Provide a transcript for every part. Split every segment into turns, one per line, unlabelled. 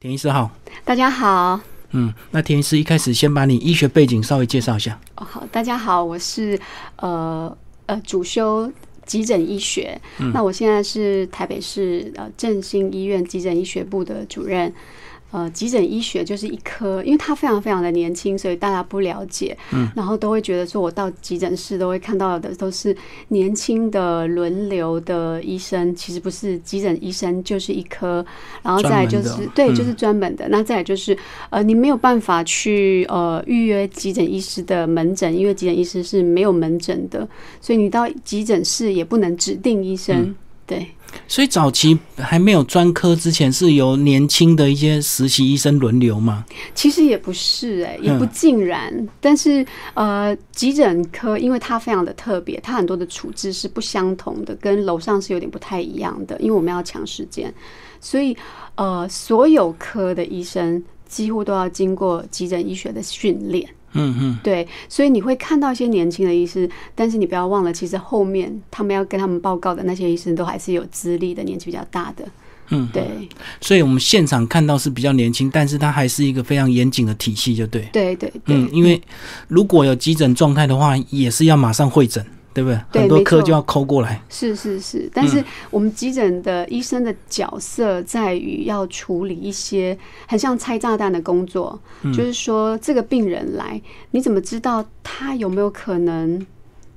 田医师好，
大家好，
嗯，那田医师一开始先把你医学背景稍微介绍一下。
哦好，大家好，我是呃呃主修急诊医学，那我现在是台北市呃振兴医院急诊医学部的主任。呃，急诊医学就是一科，因为它非常非常的年轻，所以大家不了解，嗯，然后都会觉得说，我到急诊室都会看到的都是年轻的轮流的医生，其实不是，急诊医生就是一科，然后再来就
专门
是
的
对，
嗯
就是专门的，那再来就是呃，你没有办法去呃预约急诊医师的门诊，因为急诊医师是没有门诊的，所以你到急诊室也不能指定医生，
嗯
对。
所以早期还没有专科之前，是由年轻的一些实习医生轮流嘛？
其实也不是哎、也不
嗯
尽然。但是呃，急诊科因为它非常的特别，它很多的处置是不相同的，跟楼上是有点不太一样的，因为我们要抢时间，所以呃，所有科的医生几乎都要经过急诊医学的训练。
嗯嗯，
对，所以你会看到一些年轻的医师，但是你不要忘了，其实后面他们要跟他们报告的那些医生都还是有资历的，年纪比较大的。
嗯，
对，
所以我们现场看到是比较年轻，但是它还是一个非常严谨的体系，就对。
对，对，对。
嗯，因为如果有急诊状态的话，也是要马上会诊，对不对？
对
很多
没错
科就要抠过来。
是是是，但是我们急诊的医生的角色在于要处理一些很像拆炸弹的工作，就是说这个病人来，你怎么知道他有没有可能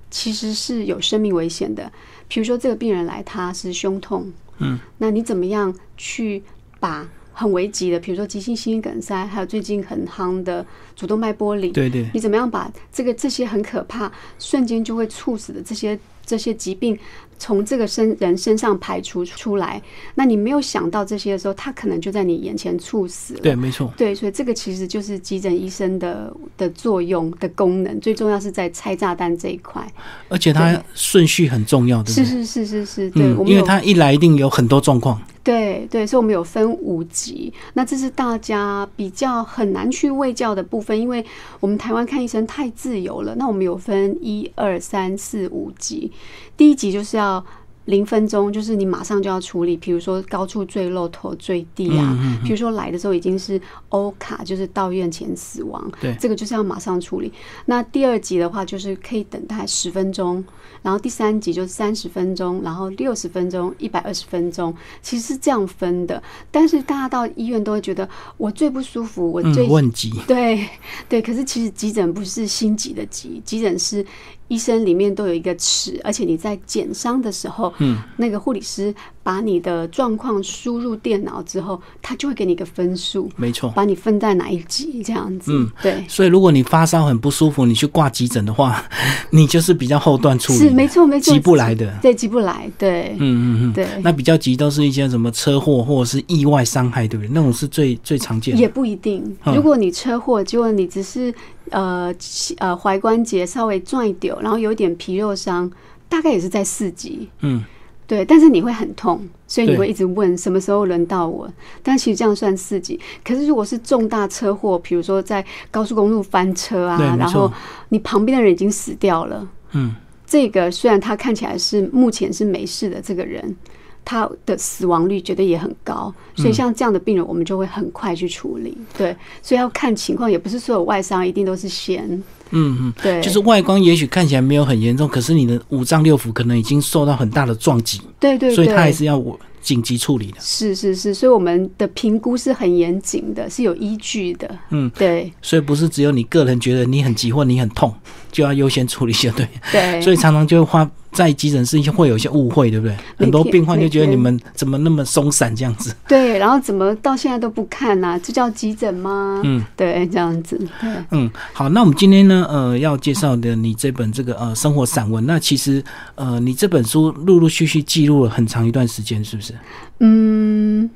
其实是有生命危险的？比如说这个病人来，他是胸痛，
嗯，
那你怎么样去把很危急的，比如说急性心肌梗塞，还有最近很夯的主动脉剥离，
对对，
你怎么样把这个这些很可怕、瞬间就会猝死的这些这些疾病，从这个身人身上排除出来？那你没有想到这些的时候，他可能就在你眼前猝死了。
对，没错。
对，所以这个其实就是急诊医生的的作用的功能，最重要是在拆炸弹这一块。
而且它
对
顺序很重要，对不
是
对？
是是是是，对、
嗯
我，们
因为
有
它一来一定有很多状况。
对对，所以我们有分五级，那这是大家比较很难去卫教的部分，因为我们台湾看医生太自由了。那我们有分一二三四五级，第一级就是要零分钟，就是你马上就要处理，比如说高处坠落、头坠地啊，
嗯
比如说来的时候已经是欧卡，就是到院前死亡，
对
这个就是要马上处理。那第二级的话，就是可以等待十分钟，然后第三级就是三十分钟，然后六十分钟、一百二十分钟，其实是这样分的。但是大家到医院都会觉得我最不舒服，我最、
嗯，问急。
对对，可是其实急诊不是心急的急，急诊是医生里面都有一个尺，而且你在减伤的时候，
嗯，
那个护理师把你的状况输入电脑之后，他就会给你一个分数，
没错。
把你分在哪一级这样子。
嗯，
对。
所以，如果你发烧很不舒服，你去挂急诊的话， 你就是比较后段处理的，
是没错没错，
急不来的。
对，急不来，对，
嗯嗯嗯，
对，
那比较急都是一些什么车祸或者是意外伤害，对不对？那种是最最常见
也
的。
不一定。
嗯
如果你车祸，结果你只是呃膝呃踝关节稍微撞一丢，然后有一点皮肉伤，大概也是在四级。
嗯，
对，但是你会很痛，所以你
对
会一直问什么时候轮到我。但其实这样算四级。可是如果是重大车祸，比如说在高速公路翻车啊
对，没
然
错
后你旁边的人已经死掉了，
嗯，
这个虽然他看起来是目前是没事的这个人，他的死亡率绝对也很高，
嗯
所以像这样的病人，我们就会很快去处理。对，所以要看情况，也不是所有外伤一定都是弦。
嗯嗯，
对，
就是外观也许看起来没有很严重，可是你的五脏六腑可能已经受到很大的撞击，
对对对，
所以它还是要我紧急处理的。
是是是，所以我们的评估是很严谨的，是有依据的。
嗯，
对
所以不是只有你个人觉得你很急或你很痛就要优先处理，就对。
对，
所以常常就会花在急诊室会有一些误会，对不对？很多病患就觉得你们怎么那么松散这样子。
对，然后怎么到现在都不看呐、这叫急诊吗？
嗯，
对，这样子。
嗯，好，那我们今天呢，呃，要介绍的你这本这个呃生活散文，那其实呃，你这本书陆陆续续记录了很长一段时间，是不是？
嗯，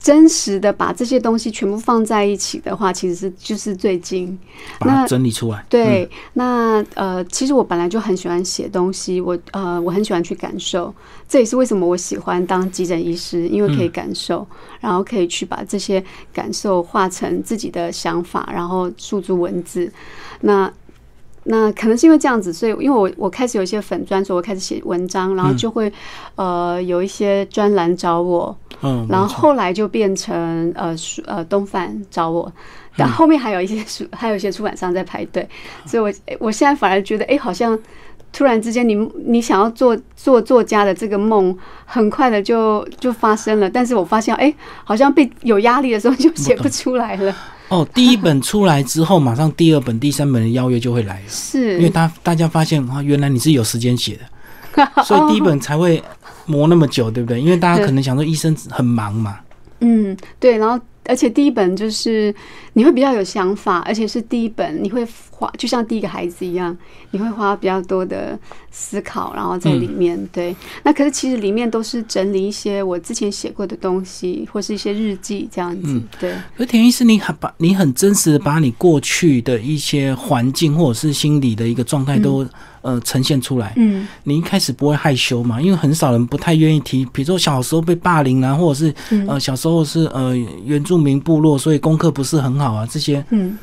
真实的把这些东西全部放在一起的话，其实是就是最近
把它
那
整理出来。
对，那呃，其实我本来就很喜欢写东西，我呃，我很喜欢去感受，这也是为什么我喜欢当急诊医师，因为可以感受，然后可以去把这些感受化成自己的想法，然后诉诸文字。那那可能是因为这样子，所以因为我我开始有一些粉专，所以我开始写文章，然后就会、呃有一些专栏找我，
嗯，
然后后来就变成呃书呃东贩找我，但后面还有一些书，还有一些出版商在排队，所以我我现在反而觉得，哎、好像突然之间你你想要做做作家的这个梦，很快的就就发生了，但是我发现，哎、好像被有压力的时候就写不出来了，
哦，第一本出来之后，马上第二本、第三本的邀约就会来了，因为
是，
大大家发现啊，原来你是有时间写的， 所以第一本才会磨那么久，对不对？因为大家可能想说医生很忙嘛，
嗯，对，然后。而且第一本就是你会比较有想法，而且是第一本，你会花就像第一个孩子一样，你会花比较多的思考，然后在里面。对，那可是其实里面都是整理一些我之前写过的东西，或是一些日记这样子。
嗯
对，
而田医师，你很把你很真实的把你过去的一些环境或者是心理的一个状态都、呃呈现出来。
嗯，
你一开始不会害羞嘛？因为很少人不太愿意提，比如说小时候被霸凌啊，或者是、
嗯
呃小时候是呃原住民部落，所以功课不是很好啊，这些
嗯，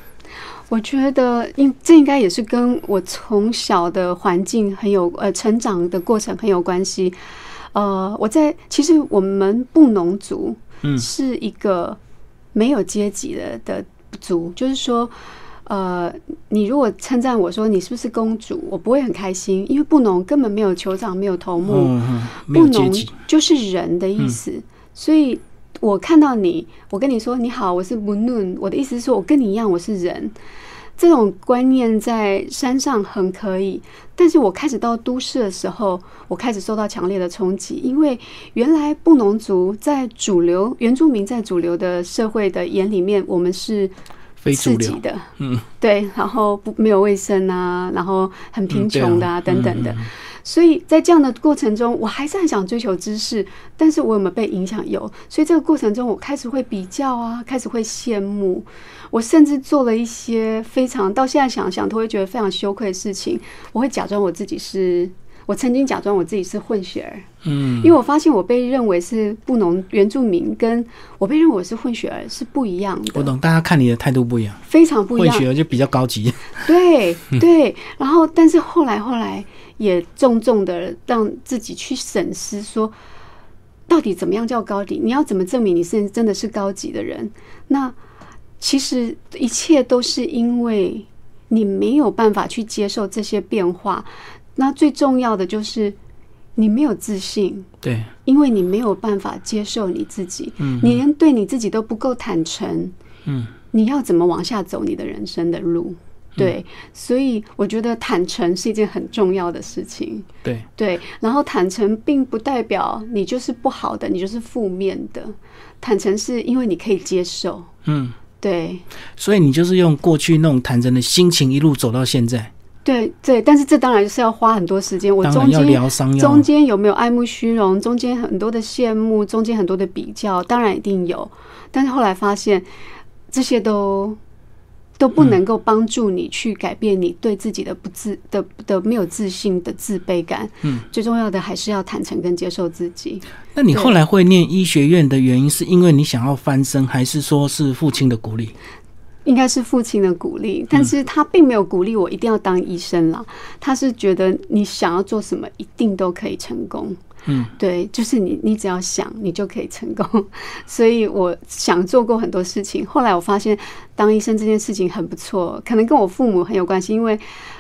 我觉得应这应该也是跟我从小的环境很有呃成长的过程很有关系。呃，我在其实我们布农族
嗯
是一个没有阶级的的族，就是说。呃，你如果称赞我说你是不是公主，我不会很开心，因为布农根本没有酋长，没有头目，
嗯嗯没有
不
阶
浓
级，嗯
就是人的意思。所以我看到你，我跟你说你好，我是不论，我的意思是说我跟你一样，我是人。这种观念在山上很可以，但是我开始到都市的时候，我开始受到强烈的冲击，因为原来布农族在主流原住民在主流的社会的眼里面，我们是
非主
刺激
流，
的，
嗯，
对，然后不没有卫生啊，然后很贫
嗯对啊
穷的啊、等等的，所以在这样的过程中，我还是很想追求知识，但是我有没有被影响？有，所以这个过程中，我开始会比较啊，开始会羡慕，我甚至做了一些非常到现在想想都会觉得非常羞愧的事情，我会假装我自己是。我曾经假装我自己是混血儿，
嗯，
因为我发现我被认为是布农原住民，跟我被认为我是混血儿是不一样
我
的，
懂，大家看你的态度不一样，
非常不一
混
样。
血儿就比较高级，
对对，然后但是后来后来也重重的让自己去审视说。到底怎么样叫高级？你要怎么证明你是真的是高级的人？那其实一切都是因为你没有办法去接受这些变化。那最重要的就是你没有自信，
对，
因为你没有办法接受你自己，
嗯
你连对你自己都不够坦诚，
嗯，
你要怎么往下走你的人生的路？对，所以我觉得坦诚是一件很重要的事情。
对，
对，然后坦诚并不代表你就是不好的，你就是负面的。坦诚是因为你可以接受。
嗯，
对，
所以你就是用过去那种坦诚的心情一路走到现在，
对，对，但是这当然是要花很多时间。我
当
中
然要
间
疗伤，要
中间有没有爱慕虚荣？中间很多的羡慕，中间很多的比较，当然一定有。但是后来发现，这些都都不能够帮助你去改变你对自己的不自的的没有自信的自卑感。
嗯，
最重要的还是要坦诚跟接受自己。
那你后来会念医学院的原因，是因为你想要翻身，还是说是父亲的鼓励？
应该是父亲的鼓励，但是他并没有鼓励我一定要当医生啦。他是觉得你想要做什么，一定都可以成功。
嗯，
对，就是你，你只要想，你就可以成功。 所以我想做过很多事情，后来我发现当医生这件事情很不错，可能跟我父母很有关系，因为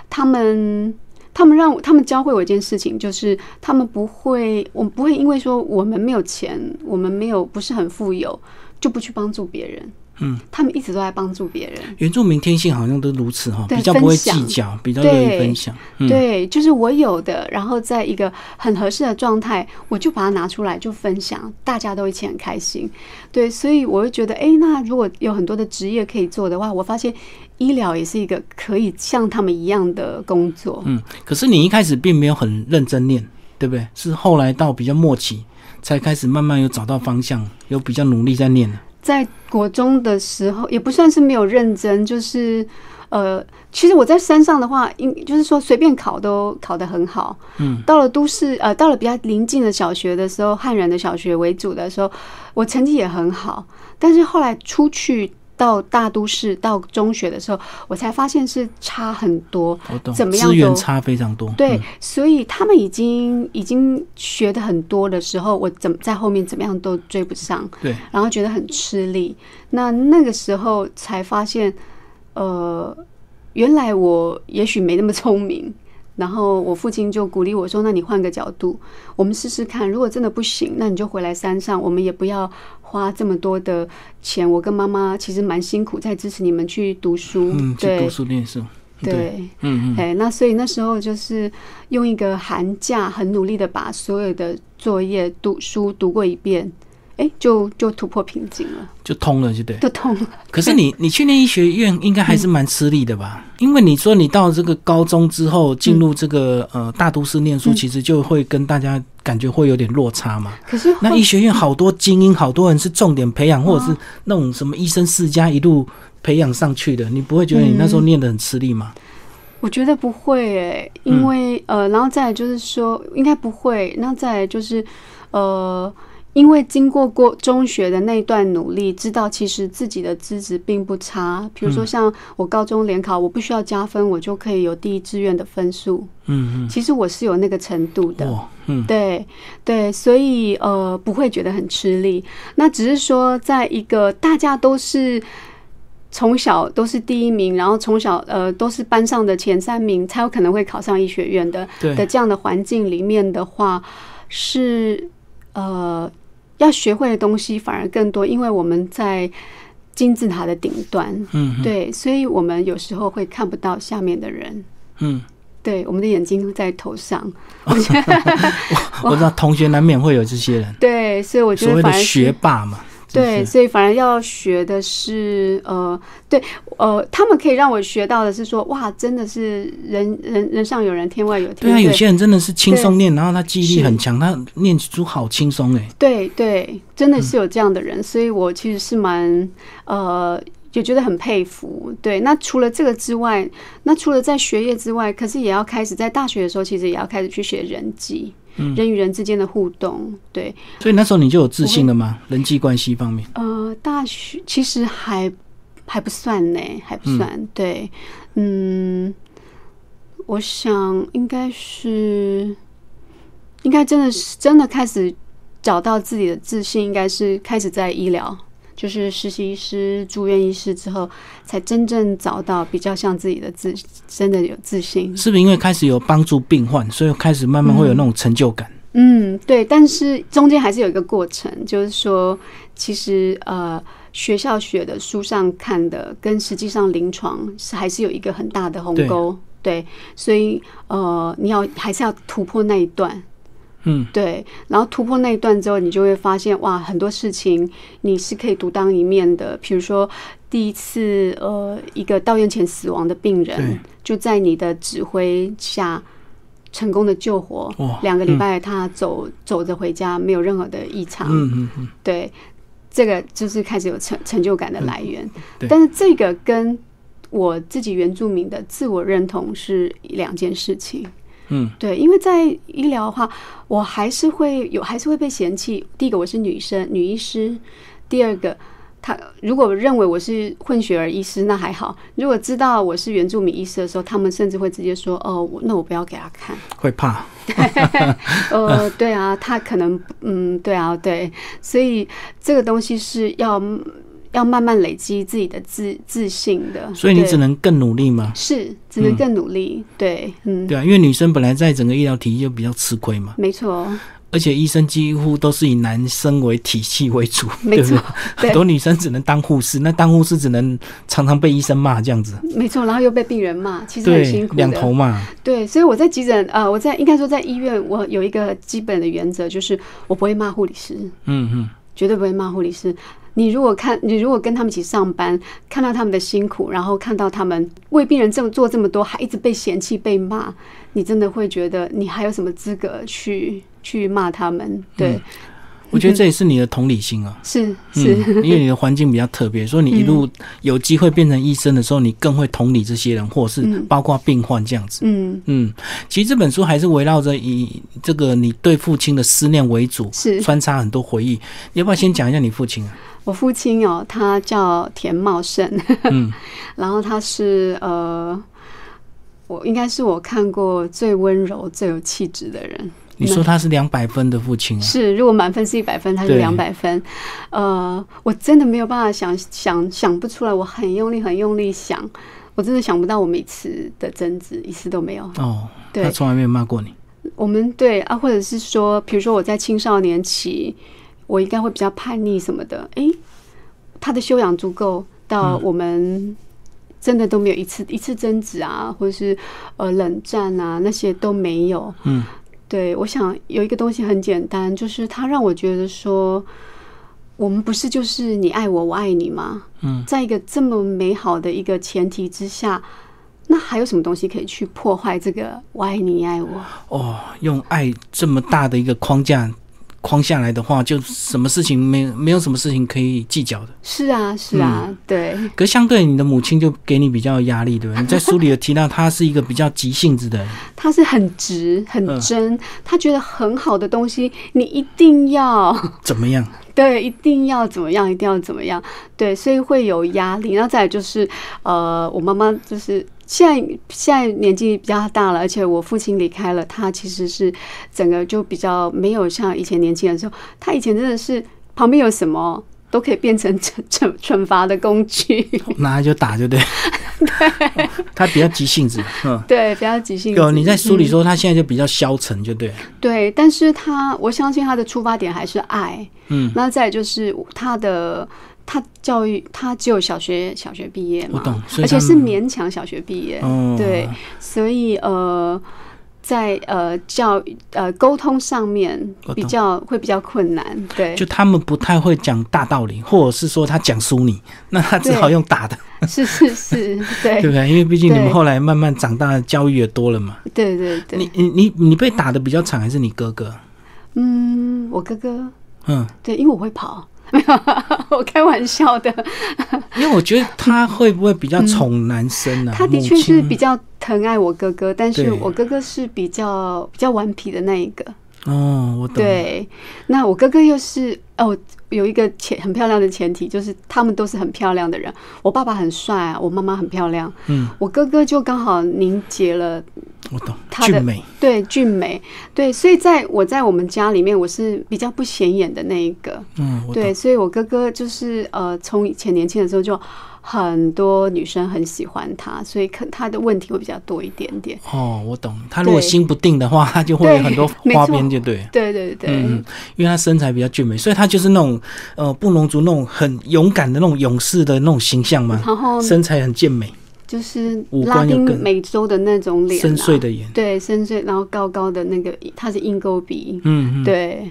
他们。他们让我，他们教会我一件事情，就是他们不会，我们不会因为说我们没有钱，我们没有不是很富有，就不去帮助别人。
嗯，
他们一直都在帮助别人。
原住民天性好像都如此哈，
对
比较不会
分享
计较，比较乐意分享。嗯，
对，就是我有的，然后在一个很合适的状态，我就把它拿出来就分享，大家都一起很开心。对，所以我会觉得，哎，那如果有很多的职业可以做的话，我发现医疗也是一个可以像他们一样的工作。
嗯。可是你一开始并没有很认真念，对不对？是后来到比较末期，才开始慢慢有找到方向，有比较努力在念的。
在国中的时候，也不算是没有认真，就是呃，其实我在山上的话，应就是说随便考都考得很好。
嗯，
到了都市，呃，到了比较临近的小学的时候，汉人的小学为主的时候，我成绩也很好。但是后来出去到大都市到中学的时候，我才发现是差很多。
我懂，
怎么样
资源
都
差非常多。
对
嗯，
所以他们已经已经学的很多的时候，我怎么在后面怎么样都追不上，
对，
然后觉得很吃力。那那个时候才发现，呃，原来我也许没那么聪明。然后我父亲就鼓励我说：“那你换个角度，我们试试看。如果真的不行，那你就回来山上。我们也不要花这么多的钱。我跟妈妈其实蛮辛苦，在支持你们去读书。
嗯，去
对
读书念书，对，
对，
嗯嗯，
哎，那所以那时候就是用一个寒假，很努力的把所有的作业、读书读过一遍，哎，就就突破瓶颈了，
就通了，就对。
就通了。
可是你你去念医学院应该还是蛮吃力的吧？
嗯
因为你说你到这个高中之后进入这个、呃大都市念书，
嗯
其实就会跟大家感觉会有点落差嘛。
可是
那
后
医学院好多精英，好多人是重点培养，或
哦
者是那种什么医生世家一路培养上去的，你不会觉得你那时候念得很吃力吗？
我觉得不会哎，
嗯
因为、呃，然后再来就是说，应该不会。那再来就是，呃，因为经过过中学的那一段努力，知道其实自己的资质并不差。比如说像我高中联考，我不需要加分，我就可以有第一志愿的分数。
嗯
其实我是有那个程度的。
嗯，哇，嗯
对对，所以呃不会觉得很吃力，那只是说在一个大家都是从小都是第一名，然后从小呃都是班上的前三名，才有可能会考上医学院的的
对，
这样的环境里面的话，是呃要学会的东西反而更多，因为我们在金字塔的顶端，
嗯嗯
对，所以我们有时候会看不到下面的人。
嗯，
对，我们的眼睛在头上，
我知道同学难免会有这些人，
对，所以我觉
所
得
谓的
反而是
学霸嘛。是不是
对，，所以反而要学的是，呃，对，呃，他们可以让我学到的是说，哇，真的是人人人上有人，天外有天。
对啊，有些人真的是轻
对
松念，然后他记忆力
是
很强，他念书好轻松哎。
对对，真的
嗯
是有这样的人，所以我其实是蛮呃。也觉得很佩服，对。那除了这个之外，那除了在学业之外，可是也要开始在大学的时候，其实也要开始去学人际，
嗯
人与人之间的互动，对。
所以那时候你就有自信了吗？人际关系方面，
呃，大学其实还还不算呢，还不算。对，嗯，我想应该是，应该真的是真的开始找到自己的自信，应该是开始在医疗，就是实习医师、住院医师之后，才真正找到比较像自己的自，真的有自信。
是不是因为开始有帮助病患，所以开始慢慢会有那种成就感？
嗯，对，但是中间还是有一个过程，就是说，其实呃，学校学的、书上看的，跟实际上临床是还是有一个很大的鸿
对
沟。对，所以呃，你要还是要突破那一段，
嗯，
对，然后突破那一段之后，你就会发现哇，很多事情你是可以独当一面的。比如说，第一次呃，一个到院前死亡的病
对
人，就在你的指挥下成功的救活
哇，
两个礼拜，他走、走着回家，没有任何的异常。
嗯嗯嗯，
对，这个就是开始有成成就感的来源。
嗯对
但是这个跟我自己原住民的自我认同是两件事情。
嗯，
对，因为在医疗的话，我还是会有，还是会被嫌弃。第一个，我是女生，女医师；第二个，他如果认为我是混血儿医师，那还好；如果知道我是原住民医师的时候，他们甚至会直接说：“哦，我那我不要给他 看。”
会怕，
呃，对啊，他可能，嗯，对啊，对，所以这个东西是要要慢慢累积自己的自自信的，
所以你
对
只能更努力嘛。
是只能
嗯
更努力，对，嗯，
对啊，因为女生本来在整个医疗体系就比较吃亏嘛，
没错，哦
而且医生几乎都是以男生为体系为主，
没
对不
错
对？，很多女生只能当护士，那当护士只能常常被医生骂这样子，
没错，然后又被病人骂，其实很
对
辛，苦
两头
的，
骂，
对，所以我在急诊，呃，我在应该说在医院，我有一个基本的原则，就是我不会骂护理师，
嗯嗯，
绝对不会骂护理师。你如果看，你如果跟他们一起上班，看到他们的辛苦，然后看到他们为病人这么做这么多，还一直被嫌弃、被骂，你真的会觉得你还有什么资格去去骂他们？对，
嗯我觉得这也是你的同理心啊。
是是，
嗯，因为你的环境比较特别，所以你一
嗯
路有机会变成医生的时候，你更会同理这些人，或者是
嗯
包括病患这样子。
嗯，
嗯，其实这本书还是围绕着以这个你对父亲的思念为主，
是
穿插很多回忆。你要不要先讲一下你父亲啊？
我父亲哦，他叫田茂盛，
嗯
然后他是呃，我应该是我看过最温柔、最有气质的人。
你说他是两百分的父亲啊？
是，如果满分是一百分，他是
对
两百分。呃，我真的没有办法想想想不出来，我很用力、很用力想，我真的想不到我们一次的争执，一次都没有。
哦，
对
他从来没有骂过你。
我们对啊，或者是说，比如说我在青少年期，我应该会比较叛逆什么的。诶，他的修养足够
嗯
到我们真的都没有一次、一次争执啊，或者是呃冷战啊那些都没有。
嗯，
对，我想有一个东西很简单，就是他让我觉得说，我们不是就是你爱我，我爱你吗？
嗯，
在一个这么美好的一个前提之下。那还有什么东西可以去破坏这个“我爱你，你爱我”？
哦，用爱这么大的一个框架框下来的话，就什么事情没有没有什么事情可以计较的。
是啊，是啊，
嗯
对，
可相对你的母亲就给你比较有压力，对不对？你在书里有提到，她是一个比较急性子的人。
他是很直、很
嗯
真，他觉得很好的东西，你一定要
怎么样？
对，一定要怎么样，一定要怎么样，对，所以会有压力。然后再来就是，呃，我妈妈就是。现在现在年纪比较大了，而且我父亲离开了，他其实是整个就比较没有像以前年轻的时候。他以前真的是旁边有什么都可以变成惩惩惩罚的工具，
拿来就打，对不对？对，她比较急性子。嗯，
对，不要急性子。
有你在书里说，她现在就比较消沉，就对了。
对，但是他，我相信他的出发点还是爱。
嗯，
那再来就是他的，他教育，他只有小学小学毕业
我
嘛，
懂，所
而
以他
且
们
是勉强小学毕业。
哦，
对，所以呃，在呃教育呃沟通上面
我懂
比较会比较困难。对
就，他们不太会讲大道理，或者是说他讲输你， 那他只好用打的，
是是是，对
对不对？因为毕竟你
对
们后来慢慢长大，教育也多了嘛。
对对对
你。你你你被打的比较惨，还是你哥哥？
嗯，我哥哥
嗯，
对，因为我会跑， 没有，我开玩笑的。
因为我觉得他会不会比较宠男生呢、啊
嗯他的
嗯母
确是
亲
比较疼爱我哥哥，但是
对
我哥哥是比较比较顽皮的那一个。
哦，我懂。
对，那我哥哥又是哦，有一个前很漂亮的前提，就是他们都是很漂亮的人。我爸爸很帅、啊，我妈妈很漂亮，
嗯，
我哥哥就刚好凝结了
我懂。
他的
俊美，
对俊美，对，所以在我在我们家里面，我是比较不显眼的那一个。
嗯，我懂。
对，所以我哥哥就是呃，从以前年轻的时候就很多女生很喜欢他，所以可他的问题会比较多一点点。
哦，我懂。他如果
对
心不定的话，他就会
对
有很多
没
花
错
边，就对了。
对对对，
嗯，因为他身材比较俊美，所以他就是那种呃布农族那种很勇敢的那种勇士的那种形象嘛，
然后
身材很健美，
就是
五
拉
官又
丁
更
美洲的那种脸、啊，
深邃的眼。
对深邃，然后高高的那个，他是鹰钩鼻，
嗯，嗯。
对，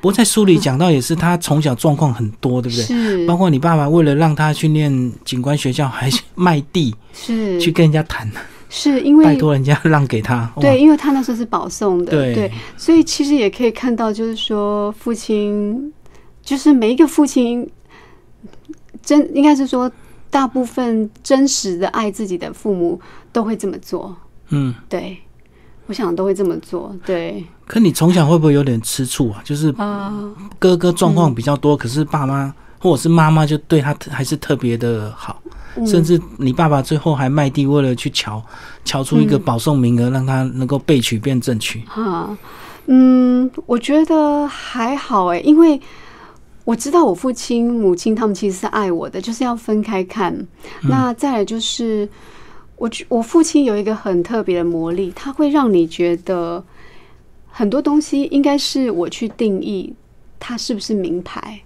不过在书里讲到，也是他从小状况很多，对不对？
是
包括你爸爸为了让他去念警官学校，还卖地去
是
跟人家谈，
是因
拜
为
托人家让给他。哇
对，因为他那时候是保送的，
对
所以其实也可以看到，就是说父亲，就是每一个父亲，真应该是说，大部分真实的爱自己的父母都会这么做，
嗯。
对，我想都会这么做，对，
可你从小会不会有点吃醋啊？就是
啊、
哥哥状况比较
嗯
多，可是爸妈或者是妈妈就对他特还是特别的好。
嗯
甚至你爸爸最后还卖地，为了去瞧瞧出
嗯
一个保送名额，让他能够被取变正取。
啊，嗯，我觉得还好哎、因为我知道我父亲、母亲他们其实是爱我的，就是要分开看。
嗯
那再来就是，我觉我父亲有一个很特别的魔力，他会让你觉得很多东西应该是我去定义它是不是名牌。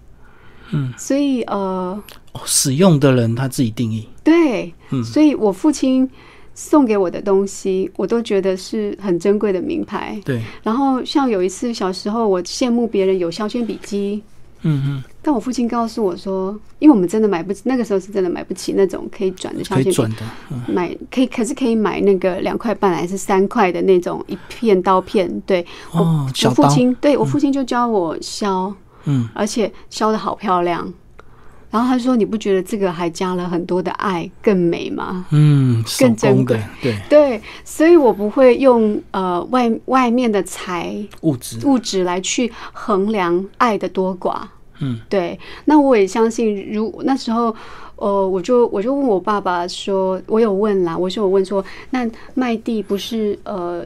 嗯，
所以呃，
哦，使用的人他自己定义。
对，
嗯
所以我父亲送给我的东西，我都觉得是很珍贵的名牌。
对，
然后像有一次小时候，我羡慕别人有削铅笔机，
嗯
但我父亲告诉我说，因为我们真的买不起，那个时候是真的买不起那种可以转的
嗯，
削
可以
铅笔
转，的。嗯
买可以可是可以买那个两块半还是三块的那种一片刀片。对我、
哦，
我
小
父
刀。
亲，对我父亲就教我削，
嗯，
而且削的好漂亮。然后他说：“你不觉得这个还加了很多的爱，更美吗？”
嗯，手
更
工
珍贵
的，对，
对，所以我不会用呃外外面的材
物质。
物质来去衡量爱的多寡。
嗯，
对，那我也相信，如那时候，呃，我就我就问我爸爸说，我有问啦，我说我问说，那呃卖地不是呃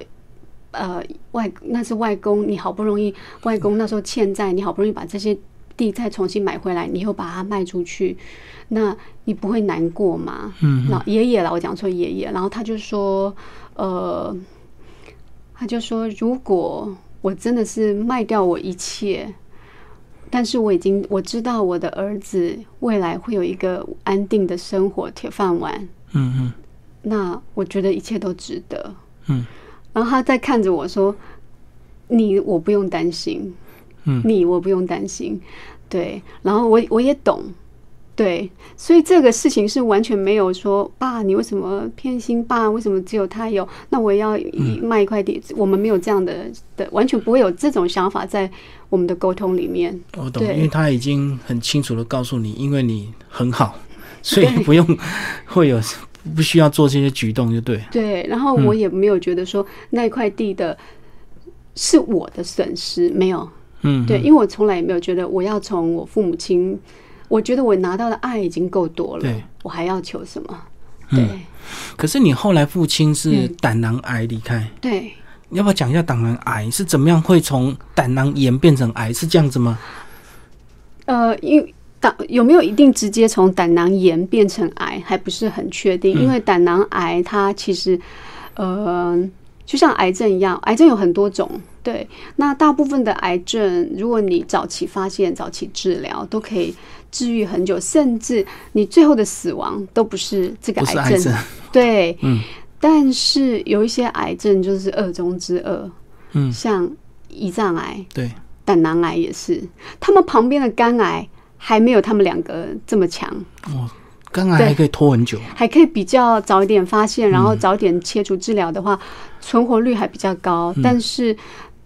呃外那是外公，你好不容易外公那时候欠债，你好不容易把这些地再重新买回来，你又把它卖出去，那你不会难过吗？
嗯
老爷爷啦，我讲错爷爷，然后他就说，呃，他就说，如果我真的是卖掉我一切，但是我已经我知道我的儿子未来会有一个安定的生活，铁饭碗，
嗯嗯
那我觉得一切都值得。
嗯，
然后他在看着我说：“你我不用担心，
嗯
你我不用担心。”对，然后我我也懂，对，所以这个事情是完全没有说爸，你为什么偏心？爸，为什么只有他有？那我也要一卖一块地，我们没有这样的的，完全不会有这种想法在我们的沟通里面。
我懂，
对
因为他已经很清楚的告诉你，因为你很好，所以 不用会有不需要做这些举动就对。
对，然后我也没有觉得说那一块地的是我的损失，没有，
嗯，
对，因为我从来也没有觉得我要从我父母亲，我觉得我拿到的爱已经够多了
对，
我还要求什么？
嗯
对、
可是你后来父亲是
嗯
胆囊癌离开，
对，
要不要讲一下胆囊癌是怎么样会从胆囊炎变成癌？是这样子吗？
呃，因为胆有没有一定直接从胆囊炎变成癌，还不是很确
嗯
定，因为胆囊癌它其实，呃，就像癌症一样，癌症有很多种。对，那大部分的癌症，如果你早期发现、早期治疗，都可以治愈很久，甚至你最后的死亡都不是这个
不是癌症，
对，
嗯
但是有一些癌症就是恶中之恶，
嗯，
像胰脏癌、
对，
胆囊癌也是，他们旁边的肝癌还没有他们两个这么强，
哦，肝癌还可以拖很久，
还可以比较早一点发现，
嗯
然后早点切除治疗的话，存活率还比较高。
嗯
但是，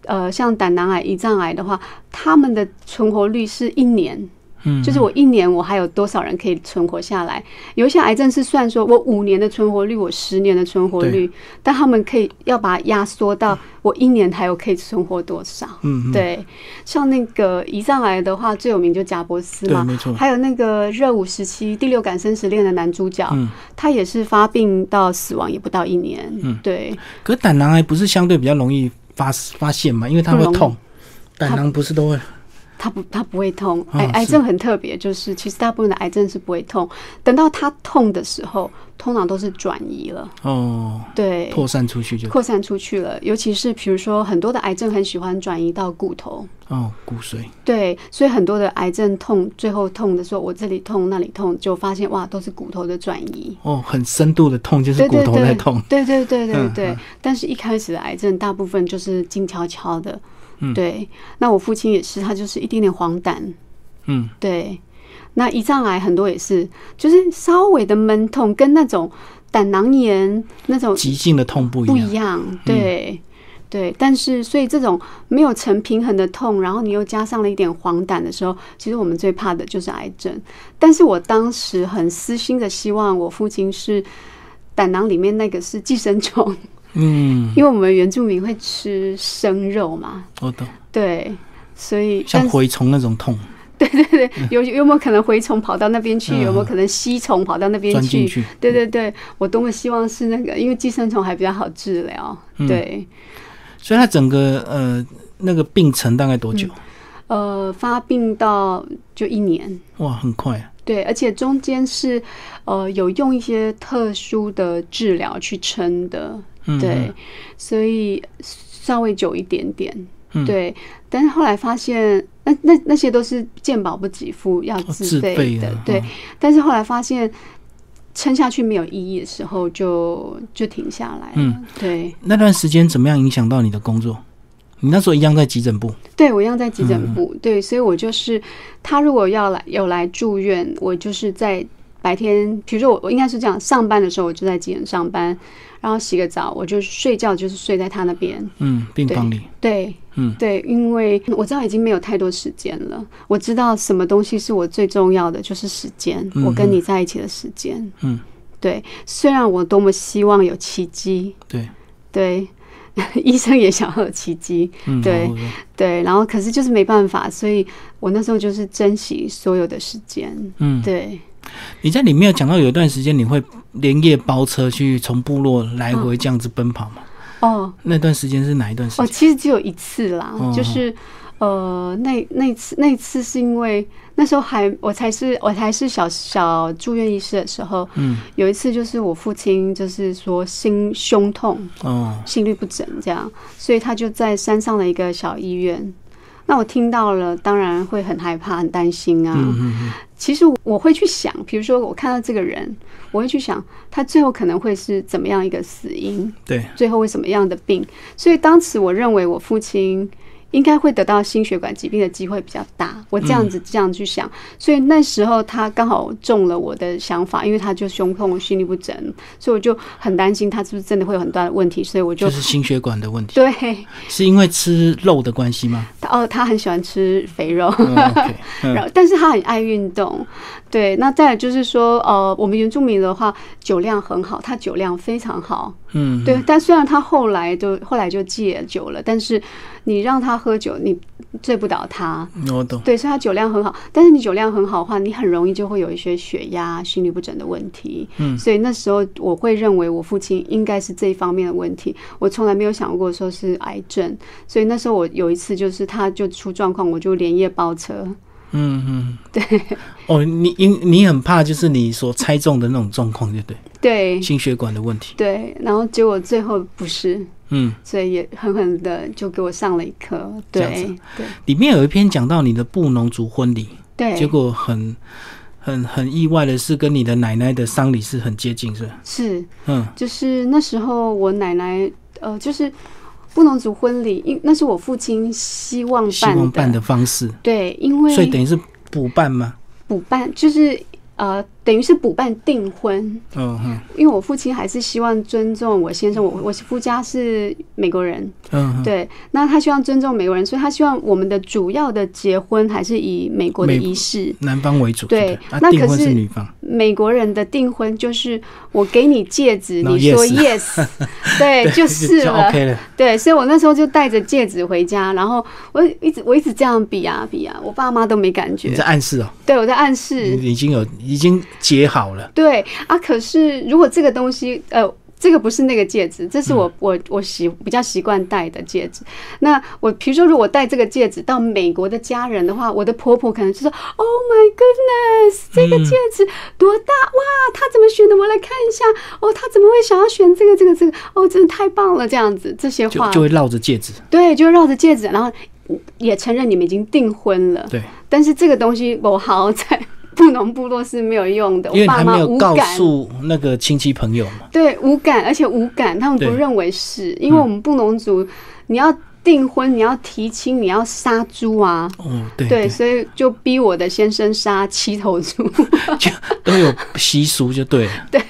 呃，像胆囊癌、胰脏癌的话，他们的存活率是一年。
嗯，
就是我一年我还有多少人可以存活下来？有一些癌症是算说我五年的存活率，我十年的存活率，但他们可以要把它压缩到我一年还有可以存活多少？
嗯，嗯，
对，像那个胰脏癌的话，最有名就贾伯斯
对，
嘛，
没错，
还有那个《热舞时期》《第六感生死恋》的男主角，
嗯，
他也是发病到死亡也不到一年。
嗯
对，
可是胆囊癌不是相对比较容易发发现嘛？因为它
不
会
容易
痛，胆囊不是都会
他不，他不会痛。
哦
癌、
是
癌症很特别，就是其实大部分的癌症是不会痛，等到他痛的时候，通常都是转移了，
哦
对，
扩散出去就
扩散出去了。尤其是比如说很多的癌症很喜欢转移到骨头，
哦骨髓，
对，所以很多的癌症痛，最后痛的时候，我这里痛那里痛，就发现哇，都是骨头的转移。
哦很深度的痛就是
对
骨
对
头在痛，
对对对对
嗯
对，
嗯
但是一开始的癌症大部分就是静悄悄的，
嗯
对。那我父亲也是，他就是一点点黄疸，
嗯
对。那胰脏癌很多也是，就是稍微的闷痛，跟那种胆囊炎那种
急性的痛不
不
一样嗯
一，样，对。对，但是所以这种没有成平衡的痛，然后你又加上了一点黄疸的时候，其实我们最怕的就是癌症。但是我当时很私心的希望我父亲是胆囊里面那个是寄生虫，
嗯，
因为我们原住民会吃生肉 嘛，
我懂，
对，所以
像
但
蛔虫那种痛
对对，有有没有可能蛔虫跑到那边去？
嗯
有没有可能吸虫跑到那边
钻进
去？
去，
对对对，我多么希望是那个，因为寄生虫还比较好治疗。
嗯
对，
所以它整个呃那个病程大概多久？
呃，发病到就一年，
哇，很快啊，
对，而且中间是呃有用一些特殊的治疗去撑的，
嗯，
对，所以稍微久一点点。
嗯
对，但是后来发现，那那那些都是健保不给付，要
哦
自
费嗯
费的，对。，但是后来发现撑下去没有意义的时候就，就停下来了。
嗯，
对，
那段时间怎么样影响到你的工作？你那时候一样在急诊部，
对我一样在急诊部，
嗯
对，所以我就是他如果要来有来住院，我就是在白天，比如说我我应该是这样，上班的时候我就在急诊上班，然后洗个澡，我就睡觉就是睡在他那边，
嗯，病房里，
对，
嗯
对，因为我知道已经没有太多时间了，我知道什么东西是我最重要的，就是时间，
嗯
我跟你在一起的时间。
嗯，
对，虽然我多么希望有奇迹，
对，
对， 医生也想要有奇迹，
嗯，
对
好我
对，然后可是就是没办法，所以我那时候就是珍惜所有的时间，
嗯，
对，
你在里面有讲到有一段时间你会连夜包车去从部落来回这样子奔跑嘛？
哦
那段时间是哪一段时
哦，
间？
其实只有一次啦，
哦
就是呃，那那次那次是因为那时候还我才是我才是小小住院医师的时候，
嗯，
有一次就是我父亲就是说心胸痛，
哦，
心律不整这样，所以他就在山上的一个小医院。那我听到了，当然会很害怕、很担心啊。
嗯嗯嗯，
其实我会去想，比如说我看到这个人，我会去想他最后可能会是怎么样一个死因，
对，
最后会什么样的病。所以当时我认为我父亲应该会得到心血管疾病的机会比较大，我这样子这样去想。所以那时候他刚好中了我的想法，因为他就胸痛、心律不整，所以我就很担心他是不是真的会有很大的问题，所以我就
就。是心血管的问题，
对，
是因为吃肉的关系吗？
他哦，他很喜欢吃肥肉，
嗯，OK，
然
嗯
后，但是他很爱运动，对。那再来就是说，呃，我们原住民的话，酒量很好，他酒量非常好，
嗯，
对。但虽然他后来就后来就戒酒了，但是你让他喝酒，你醉不倒他，
嗯，我懂，
对。所以他酒量很好，但是你酒量很好的话，你很容易就会有一些血压、心律不整的问题。
嗯
所以那时候我会认为我父亲应该是这一方面的问题，我从来没有想过说是癌症。所以那时候我有一次就是他就出状况，我就连夜包车。
嗯嗯，对。哦，你你你很怕就是你所猜中的那种状况，对不对？
对
心血管的问题，
对，然后结果最后不是，
嗯，
所以也狠狠的就给我上了一课。
这
对
样子
对
里面有一篇讲到你的布农族婚礼，
对，
结果很很很意外的是，跟你的奶奶的丧礼是很接近，是吧
是
嗯
就是那时候我奶奶呃，就是布农族婚礼，因那是我父亲希望办的，
希望办的方式，
对，因
所以
为
等于是补办吗？
补办就是呃，等于是补办订婚，
嗯嗯
因为我父亲还是希望尊重我先生，我我夫家是美国人，
嗯，
对，那他希望尊重美国人，所以他希望我们的主要的结婚还是以美国的
美
仪式。
男方为主，
对
不啊，
那可
订婚是
是
女方，
美国人的订婚就是我给你戒指，
然后
你说 yes，对，就是
就
了。
OK 了，
对，所以我那时候就带着戒指回家，然后我一直我一直这样比啊比啊，我爸妈都没感
你
觉
在。暗示哦，
对，我在暗
你
示。
已经有已经结好了，
对啊，可是如果这个东西，呃。这个不是那个戒指，这是
嗯
我、我我习比较习惯戴的戒指。那我比如说，如果戴这个戒指到美国的家人的话，我的婆婆可能就说：“Oh my goodness，这
嗯
个戒指多大、哇！他怎么选的？我来看一下。哦，他怎么会想要选这个这个这个？哦，真的太棒了！这样子，这些
就
话
就会绕着戒指，
对，就绕着戒指，然后也承认你们已经订婚了。
对，
但是这个东西我好在 布农部落是没有用的，
因为
我
你
爸
还
妈
没有
无
告
感，
诉那个亲戚朋友嘛，
对无感，而且无感，他们不
对嗯
认为是，因为我们布农族，你要订婚，你要提亲，你要杀猪啊。
哦，对
对，， 所以就逼我的先生杀七头猪，
就都有习俗就对了，
对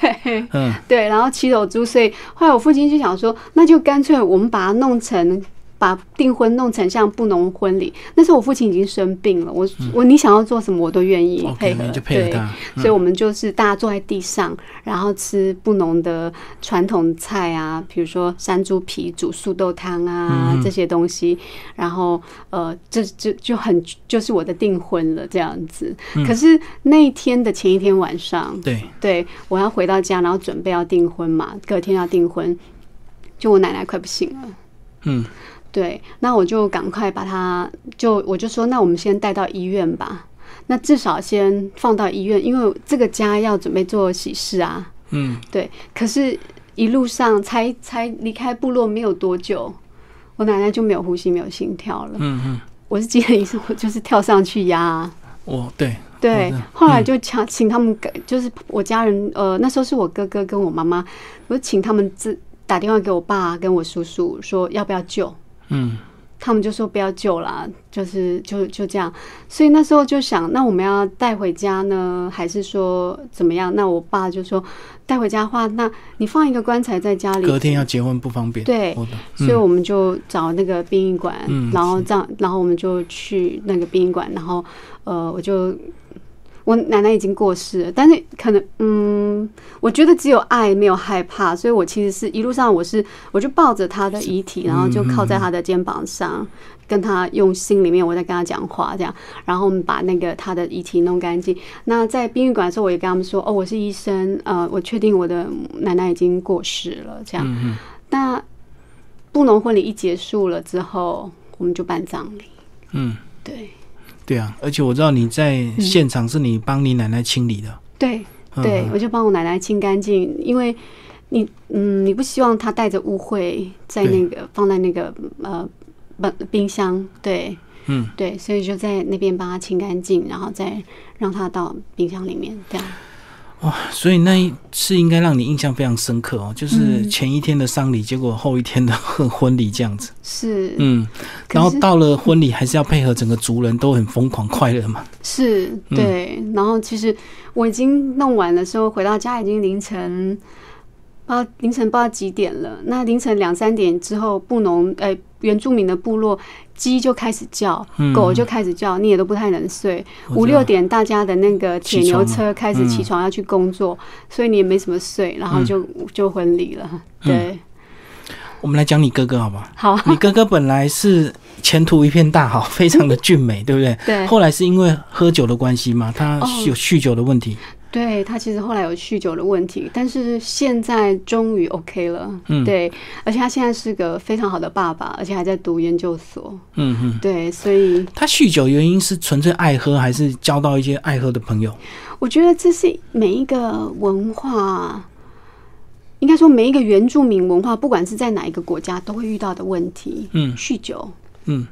嗯，
对，然后七头猪，所以后来我父亲就想说，那就干脆我们把它弄成，把订婚弄成像布农婚礼。那时候我父亲已经生病了，我、我你想要做什么我都愿意
嗯 OK，
配合，
你就配合
对
他嗯
所以我们就是大家坐在地上，然后吃布农的传统菜啊，比如说山猪皮煮素豆汤啊、
嗯
这些东西，然后呃，这这就很就是我的订婚了这样子。
嗯
可是那一天的前一天晚上，
对，
对我要回到家，然后准备要订婚嘛，隔天要订婚，就我奶奶快不行了。
嗯，
对，那我就赶快把她，就我就说，那我们先带到医院吧。那至少先放到医院，因为这个家要准备做喜事啊。
嗯，
对，可是一路上才 才离开部落没有多久，我奶奶就没有呼吸，没有心跳了。
嗯嗯，
我是急诊医生，我就是跳上去压、啊。
我对，
对
好的，嗯
后来就请请他们给，就是我家人，呃，那时候是我哥哥跟我妈妈，我请他们自打电话给我爸跟我叔叔说要不要救，
嗯，
他们就说不要救啦，就是就就这样。所以那时候就想，那我们要带回家呢，还是说怎么样？那我爸就说带回家的话，那你放一个棺材在家里，
隔天哦要结婚不方便，
对
我懂，
所以我们就找那个殡仪馆，
嗯
然后这样，然后我们就去那个殡仪馆，然后呃，我就我奶奶已经过世了，但是可能嗯，我觉得只有爱没有害怕，所以我其实是一路上我是我就抱着她的遗体，然
嗯
后就靠在她的肩膀上，跟她用心里面我在跟她讲话这样，然后我们把那个她的遗体弄干净。那在殡仪馆的时候，我也跟他们说，哦，我是医生，呃，我确定我的奶奶已经过世了这样。
嗯
那布农婚礼一结束了之后，我们就办葬礼。
嗯嗯，
对
对啊，而且我知道你在
嗯
现场是你帮你奶奶清理的，
对
嗯
对，
嗯
我就帮我奶奶清干净，因为你嗯，你不希望她带着污秽在
对
那个放在那个呃本冰箱，对
嗯，
对，所以就在那边帮她清干净，然后再让她到冰箱里面这样。
所以那一次应该让你印象非常深刻哦，就是
嗯
前一天的丧礼，结果后一天的 婚礼这样子，
是，
嗯，然后
可是
到了婚礼还是要配合整个族人都很疯狂快乐嘛，
是
嗯
对，然后其实我已经弄完的时候，回到家已经凌晨，啊凌晨不知道几点了。那凌晨两三点之后，布农呃原住民的部落鸡就开始叫，
嗯，
狗就开始叫，你也都不太能睡。五
我知
六
道，
点大家的那个铁牛
起床嗯
车开始起床要去工作，所以你也没什么睡，然后就、就婚礼了。
嗯
对，
我们来讲你哥哥好不好？
好，
你哥哥本来是前途一片大好，非常的俊美，对不对？
对
后来是因为喝酒的关系嘛，他
哦
有酗酒的问题，
对他其实后来有酗酒的问题，但是现在终于 OK 了。
嗯
对，而且他现在是个非常好的爸爸，而且还在读研究所。
嗯嗯。
对，所以
他酗酒原因是纯粹爱喝，还是交到一些爱喝的朋友？
我觉得这是每一个文化，应该说每一个原住民文化，不管是在哪一个国家，都会遇到的问题。
嗯
酗酒。
嗯，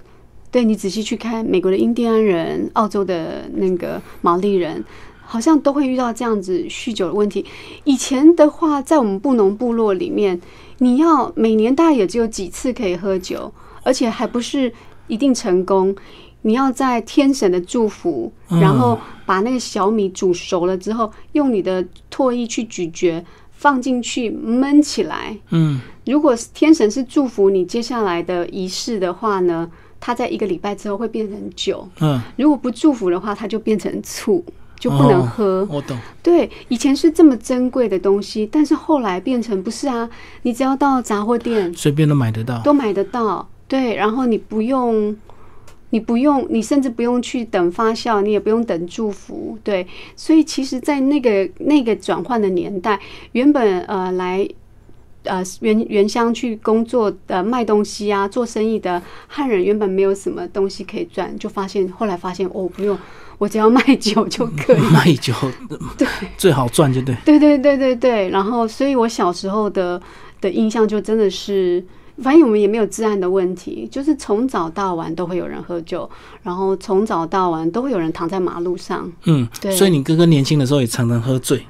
对你仔细去看美国的印第安人、澳洲的那个毛利人，好像都会遇到这样子酗酒的问题。以前的话，在我们布农部落里面，你要每年大概也只有几次可以喝酒，而且还不是一定成功。你要在天神的祝福，
嗯
然后把那个小米煮熟了之后，用你的唾液去咀嚼，放进去焖起来，
嗯，
如果是天神是祝福你接下来的仪式的话呢，它在一个礼拜之后会变成酒；
嗯，
如果不祝福的话，它就变成醋，就不能喝。
我懂。
对，以前是这么珍贵的东西，但是后来变成不是啊，你只要到杂货店
随便都买得到。
都买得到，对，然后你不用。你不用，你甚至不用去等发酵，你也不用等祝福，对。所以其实，在那个那个转换的年代，原本呃来呃原原乡去工作的卖东西啊、做生意的汉人，原本没有什么东西可以赚，就发现后来发现哦，不用，我只要卖酒就可以。
卖酒最好赚，就对。
对对对对对，然后所以我小时候的的印象就真的是，反正我们也没有治安的问题，就是从早到晚都会有人喝酒，然后从早到晚都会有人躺在马路上。
嗯，
对
所以你哥哥年轻的时候也常常喝醉，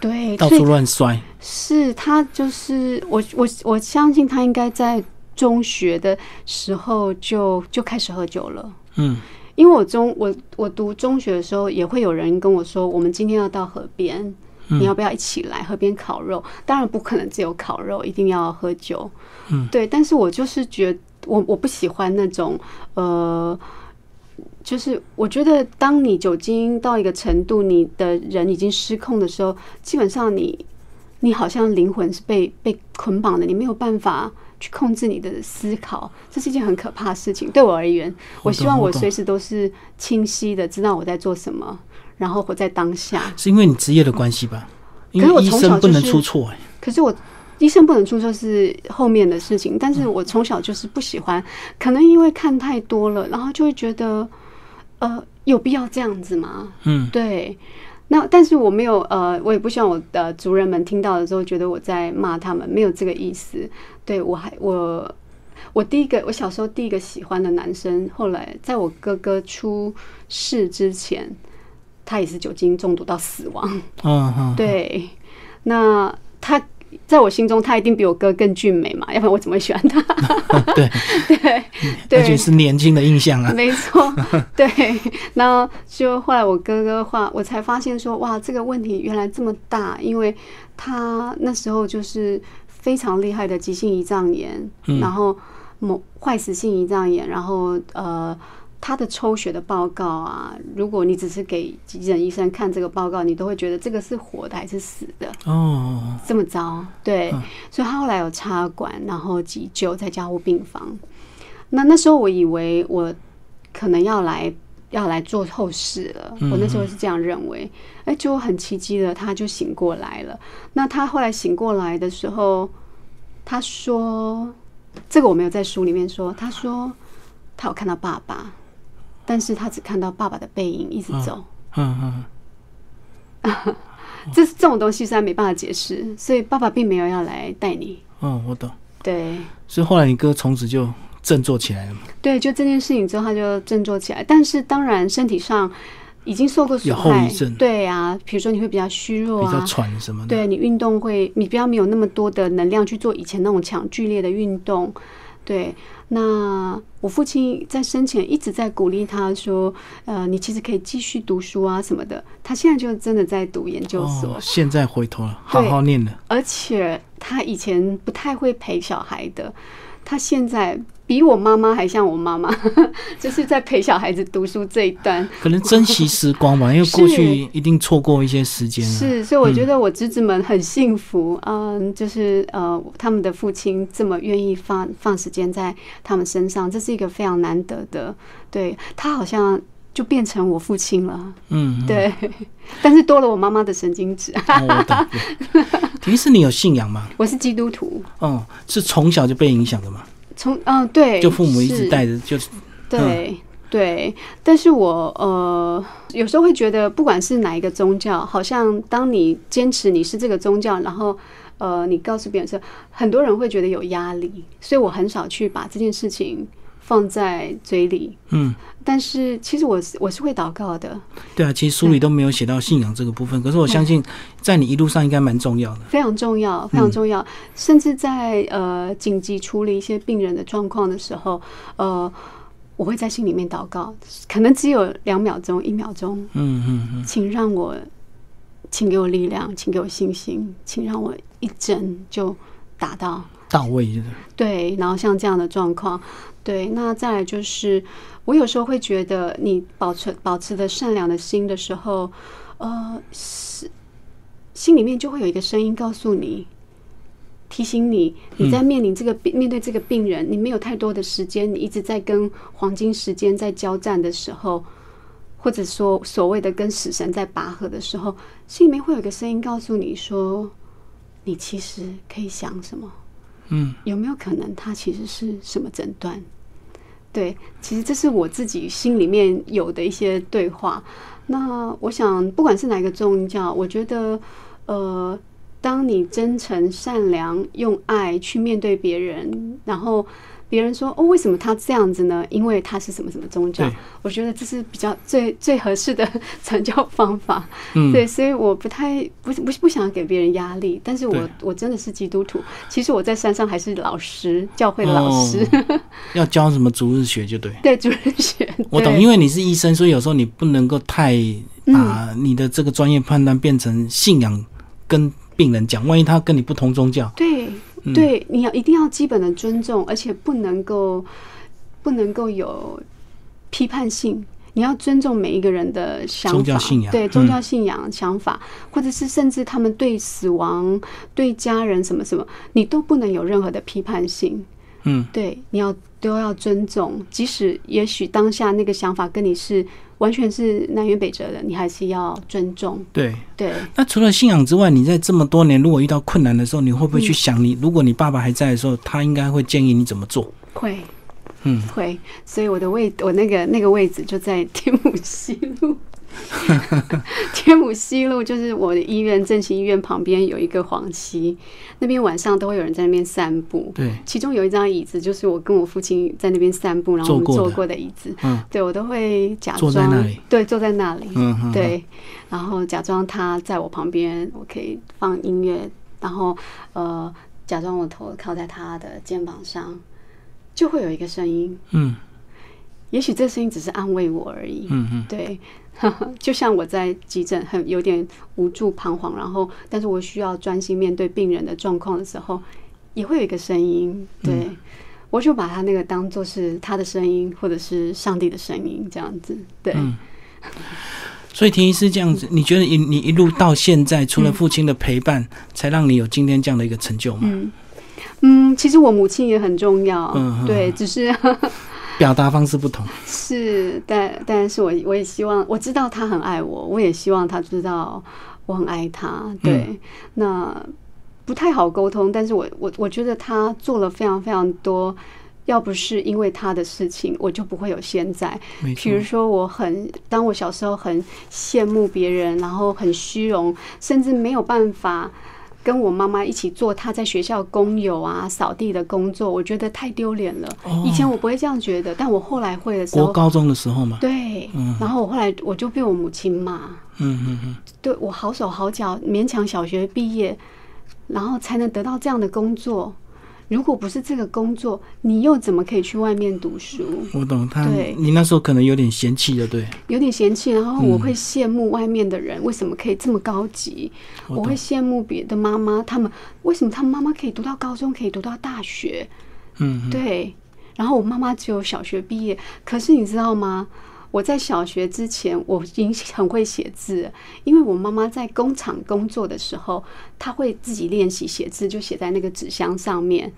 对，
到
所以
处乱摔。
是他就是我我我相信他应该在中学的时候就就开始喝酒了。
嗯
因为我中我我读中学的时候，也会有人跟我说，我们今天要到河边，你要不要一起来河边烤肉？当然不可能只有烤肉，一定要喝酒。
嗯，
对。但是我就是觉我我不喜欢那种呃，就是我觉得当你酒精到一个程度，你的人已经失控的时候，基本上你你好像灵魂是被被捆绑的，你没有办法。去控制你的思考，这是一件很可怕的事情。对我而言， 我希望
我
我
懂
随时都是清晰的，知道我在做什么，然后活在当下。
是因为你职业的关系吧？因
可是我
为医
从小
生不能
就是
出错、哎，
可是我医生不能出错是后面的事情，但是我从小就是不喜欢，可能因为看太多了，然后就会觉得，呃，有必要这样子吗？
嗯，
对。那但是我没有呃，我也不希望我的族人们听到的时候觉得我在骂他们，没有这个意思。对我还我我第一个我小时候第一个喜欢的男生，后来在我哥哥出事之前，他也是酒精中毒到死亡。
嗯嗯，
对，那他在我心中，他一定比我哥更俊美嘛，要不然我怎么会喜欢他？
哦对，
对
而且
对，
是年轻的印象啊。
没错，对。那就后来我哥哥的话，我才发现说，哇，这个问题原来这么大，因为他那时候就是非常厉害的急性胰脏炎，
嗯
然后某坏死性胰脏炎，然后呃。他的抽血的报告啊，如果你只是给急诊医生看这个报告，你都会觉得这个是活的还是死的，
哦，
这么糟。对，
嗯
所以他后来有插管，然后急救，在加护病房。那那时候我以为我可能要来要来做后事了，
嗯
我那时候是这样认为。哎、结果很奇迹的，他就醒过来了。那他后来醒过来的时候，他说：“这个我没有在书里面说。”他说他有看到爸爸，但是他只看到爸爸的背影一直走。
嗯嗯，
这这种东西虽然没办法解释，所以爸爸并没有要来带你。
哦，我懂。
对
所以后来你哥从此就振作起来了嘛，
对，就这件事情之后，他就振作起来。但是当然，身体上已经受过损
有后
害
遗症，
对啊，比如说你会比较虚弱
比较
啊，
喘什么的。
对你运动会，你比较没有那么多的能量去做以前那种强剧烈的运动。对，那我父亲在生前一直在鼓励他说，呃，你其实可以继续读书啊什么的。他现在就真的在读研究所，
哦，现在回头了，好好念了。
而且他以前不太会陪小孩的，他现在比我妈妈还像我妈 妈，就是在陪小孩子读书这一段。
可能珍惜时光吧，因为
是
过去一定错过一些时间了。
是，所以我觉得我侄子们很幸福，嗯，就是呃，他们的父亲这么愿意放放时间在他们身上，这是一个非常难得的。对他好像就变成我父亲了，
嗯，嗯，
对， 但是多了我妈妈的神经质。
哦我懂。迪士尼有信仰吗？
我是基督徒，
哦，是从小就被影响的嘛，
从嗯、对，
就父母一
是
直带着，就是
对、对，但是我呃有时候会觉得，不管是哪一个宗教，好像当你坚持你是这个宗教，然后呃你告诉别人说，很多人会觉得有压力，所以我很少去把这件事情放在嘴里。
嗯，
但是其实我是我是会祷告的，
对啊，其实书里都没有写到信仰这个部
嗯
分，可是我相信在你一路上应该蛮重要的。
非常重要，非常重要。甚至在呃紧急处理一些病人的状况的时候，呃，我会在心里面祷告，可能只有两秒钟、一秒钟，
嗯嗯嗯，
请让我，请给我力量，请给我信心，请让我一针就打到。
到位就是
对，然后像这样的状况，对，那再来就是，呃我有时候会觉得，你保持保持着善良的心的时候，呃，是心里面就会有一个声音告诉你，提醒你，你在面临这个病、面对这个病人，你没有太多的时间，你一直在跟黄金时间在交战的时候，或者说所谓的跟死神在拔河的时候，心里面会有一个声音告诉你说，你其实可以想什么。
嗯，
有没有可能他其实是什么诊断？对，其实这是我自己心里面有的一些对话。那我想，不管是哪一个宗教，我觉得，呃，当你真诚、善良，用爱去面对别人，然后别人说：“哦，为什么他这样子呢？”因为他是什么什么宗教
对，
我觉得这是比较最最合适的 传教方法。
嗯
对，所以我不太不不不想给别人压力，但是我
对
我真的是基督徒。其实我在山上还是老师，教会的老
哦
师，
要教什么逐日学就对。
对主任学。
我懂，
对
因为你是医生，所以有时候你不能够太把
嗯
你的这个专业判断变成信仰跟病人讲，万一他跟你不同宗教，
对
嗯
对，你要一定要基本的尊重，而且不能够不能够有批判性。你要尊重每一个人的想法，
宗教信仰
对
嗯
宗教信仰、想法，或者是甚至他们对死亡、对家人什么什么，你都不能有任何的批判性。
嗯，
对，你要都要尊重，即使也许当下那个想法跟你是完全是南辕北辙的，你还是要尊重。
对。
对，
那除了信仰之外，你在这么多年，如果遇到困难的时候，你会不会去想你？如果你爸爸还在的时候，他应该会建议你怎么做？
会，
嗯，
会，所以我的位，我那个那个位置就在天母西 路。天母西路就是我的医院，正兴医院旁边有一个黄溪，那边晚上都会有人在那边散步。
对，
其中有一张椅子，就是我跟我父亲在那边散步，然后我们
坐过的
坐过的椅子。
嗯，
对我都会假
坐
装
在那里
对，坐在那里。
嗯哼，
对，然后假装他在我旁边，我可以放音乐，然后呃，假装我头靠在他的肩膀上，就会有一个声音，
嗯
也许这声音只是安慰我而已。
嗯嗯，
对， 就像我在急诊很有点无助彷徨，然后但是
嗯
我需要专心面对病人的状况的时候，也会有一个声音，对、我就把他那个当做是他的声音，或者是上帝的声音这样子。对，
嗯所以田医师这样子，你觉得你你一路到现在，除了父亲的陪伴，才让你有今天这样的一个成就吗？
嗯嗯，其实我母亲也很重要，
嗯
对，只是
表达方式不同，
是，但但是我我也希望我知道他很爱我，我也希望他知道我很爱他。对，
嗯
那不太好沟通，但是我我我觉得他做了非常非常多，要不是因为他的事情，我就不会有现在。
没
比
错
如，说，我很当我小时候很羡慕别人，然后很虚荣，甚至没有办法跟我妈妈一起做她在学校工友啊、扫地的工作，我觉得太丢脸了。
哦
以前我不会这样觉得，但我后来会的时
国
候，
高中的时候嘛，
对，
嗯
然后我后来我就被我母亲骂，
嗯嗯嗯，
对我好手好脚，勉强小学毕业，然后才能得到这样的工作。如果不是这个工作，你又怎么可以去外面读书？
我懂他
对，
你那时候可能有点嫌弃的，对，
有点嫌弃，然后我会羡慕外面的人为什么可以这么高级，
我
我
懂
会羡慕别的妈妈，他们为什么他们妈妈可以读到高中，可以读到大学，
嗯，嗯
对，然后我妈妈只有小学毕业，可是你知道吗？我在小学之前，我已经很会写字了，因为我妈妈在工厂工作的时候，她会自己练习写字，就写在那个纸箱上面。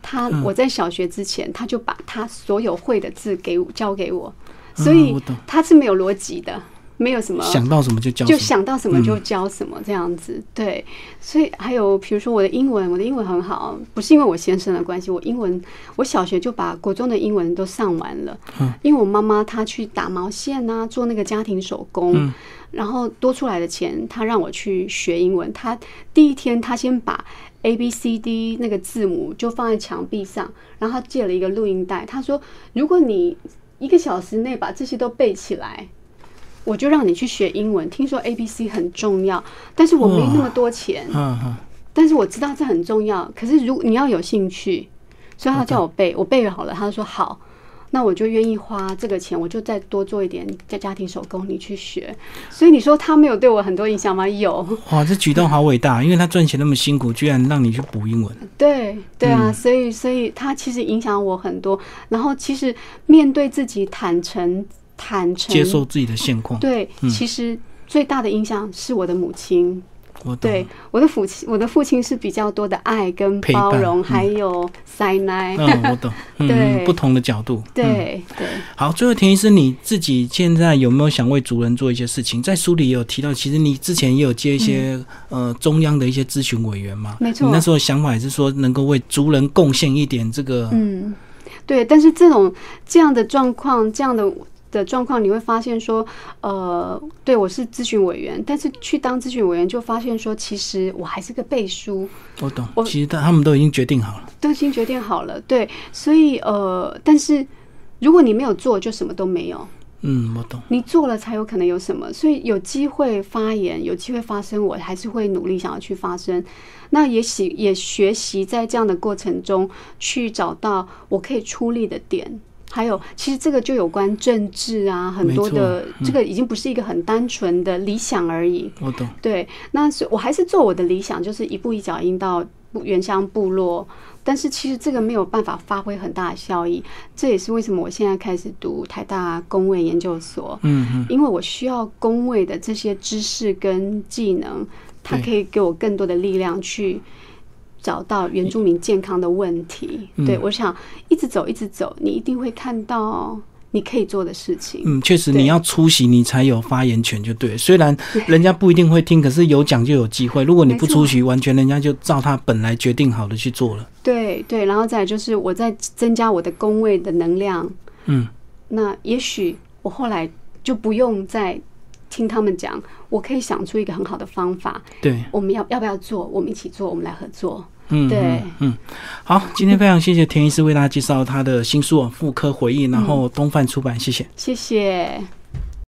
她，
嗯
我在小学之前，她就把她所有会的字给我教给我，所以
啊我懂
她是没有逻辑的，没有什么
想到什么就教什
嗯就
么，
想到什么就教什么这样子。对，所以还有比如说我的英文，我的英文很好，不是因为我先生的关系，我英文我小学就把国中的英文都上完了，
嗯
因为我妈妈她去打毛线啊，做那个家庭手工。
嗯
然后多出来的钱，她让我去学英文。她第一天，她先把 A B C D 那个字母就放在墙壁上，然后她借了一个录音带。她说：“如果你一个小时内把这些都背起来，我就让你去学英文。听说 A B C 很重要，但是我没那么多钱，
嗯嗯，
但是我知道这很重要。可是如你要有兴趣，所以他叫我背，我背好了，他说好，那我就愿意花这个钱，我就再多做一点在家庭手工，你去学。所以你说他没有对我很多影响吗？有，
哇，这举动好伟大，因为他赚钱那么辛苦，居然让你去补英文，
对对啊，
嗯
所以所以他其实影响我很多。然后其实面对自己坦诚坦诚
接受自己的现况，
对，其实最大的影响是我的母亲。
我懂，
对，我的父亲，我的父亲是比较多的爱跟
陪
包
伴
容，
嗯
还有塞奶。
嗯，我 懂，嗯，
对
不同的角度，嗯
对对，
好，最后田医师，你自己现在有没有想为族人做一些事情？在书里也有提到，其实你之前也有接一些、呃中央的一些咨询委员嘛，
嗯没错
你那时候想法也是说能够为族人贡献一点这个，
嗯，对。但是这种这样的状况，这样的的状况，你会发现说，呃，对我是咨询委员，但是去当咨询委员就发现说，其实我还是个背书，
我懂
我。
其实他他们都已经决定好了，
都已经决定好了。对，所以呃，但是如果你没有做，就什么都没有。
嗯，我懂。
你做了才有可能有什么，所以有机会发言，有机会发声，我还是会努力想要去发声。那也喜也学习在这样的过程中去找到我可以出力的点。还有，其实这个就有关政治啊，很多的、这个已经不是一个很单纯的理想而已。
我懂，
对，那是我还是做我的理想，就是一步一脚印到部原乡部落。但是其实这个没有办法发挥很大的效益，这也是为什么我现在开始读台大工位研究所，
嗯嗯，
因为我需要工位的这些知识跟技能，它
对
可以给我更多的力量去找到原住民健康的问题。
嗯
对我想一直走，一直走，你一定会看到你可以做的事情。
嗯，确实，
对
你要出席，你才有发言权，就对。虽然人家不一定会听，可是有奖就有机会。如果你不
没错
出席，完全人家就照他本来决定好的去做了。
对对，然后再来就是我在增加我的工位的能量，
嗯，
那也许我后来就不用再听他们讲，我可以想出一个很好的方法。
对，
我们要要不要做？我们一起做，我们来合作。
嗯，
对
嗯，嗯好，今天非常谢谢田医师为大家介绍他的新书哦《妇科回忆》，然后东贩出版，谢谢。
谢谢。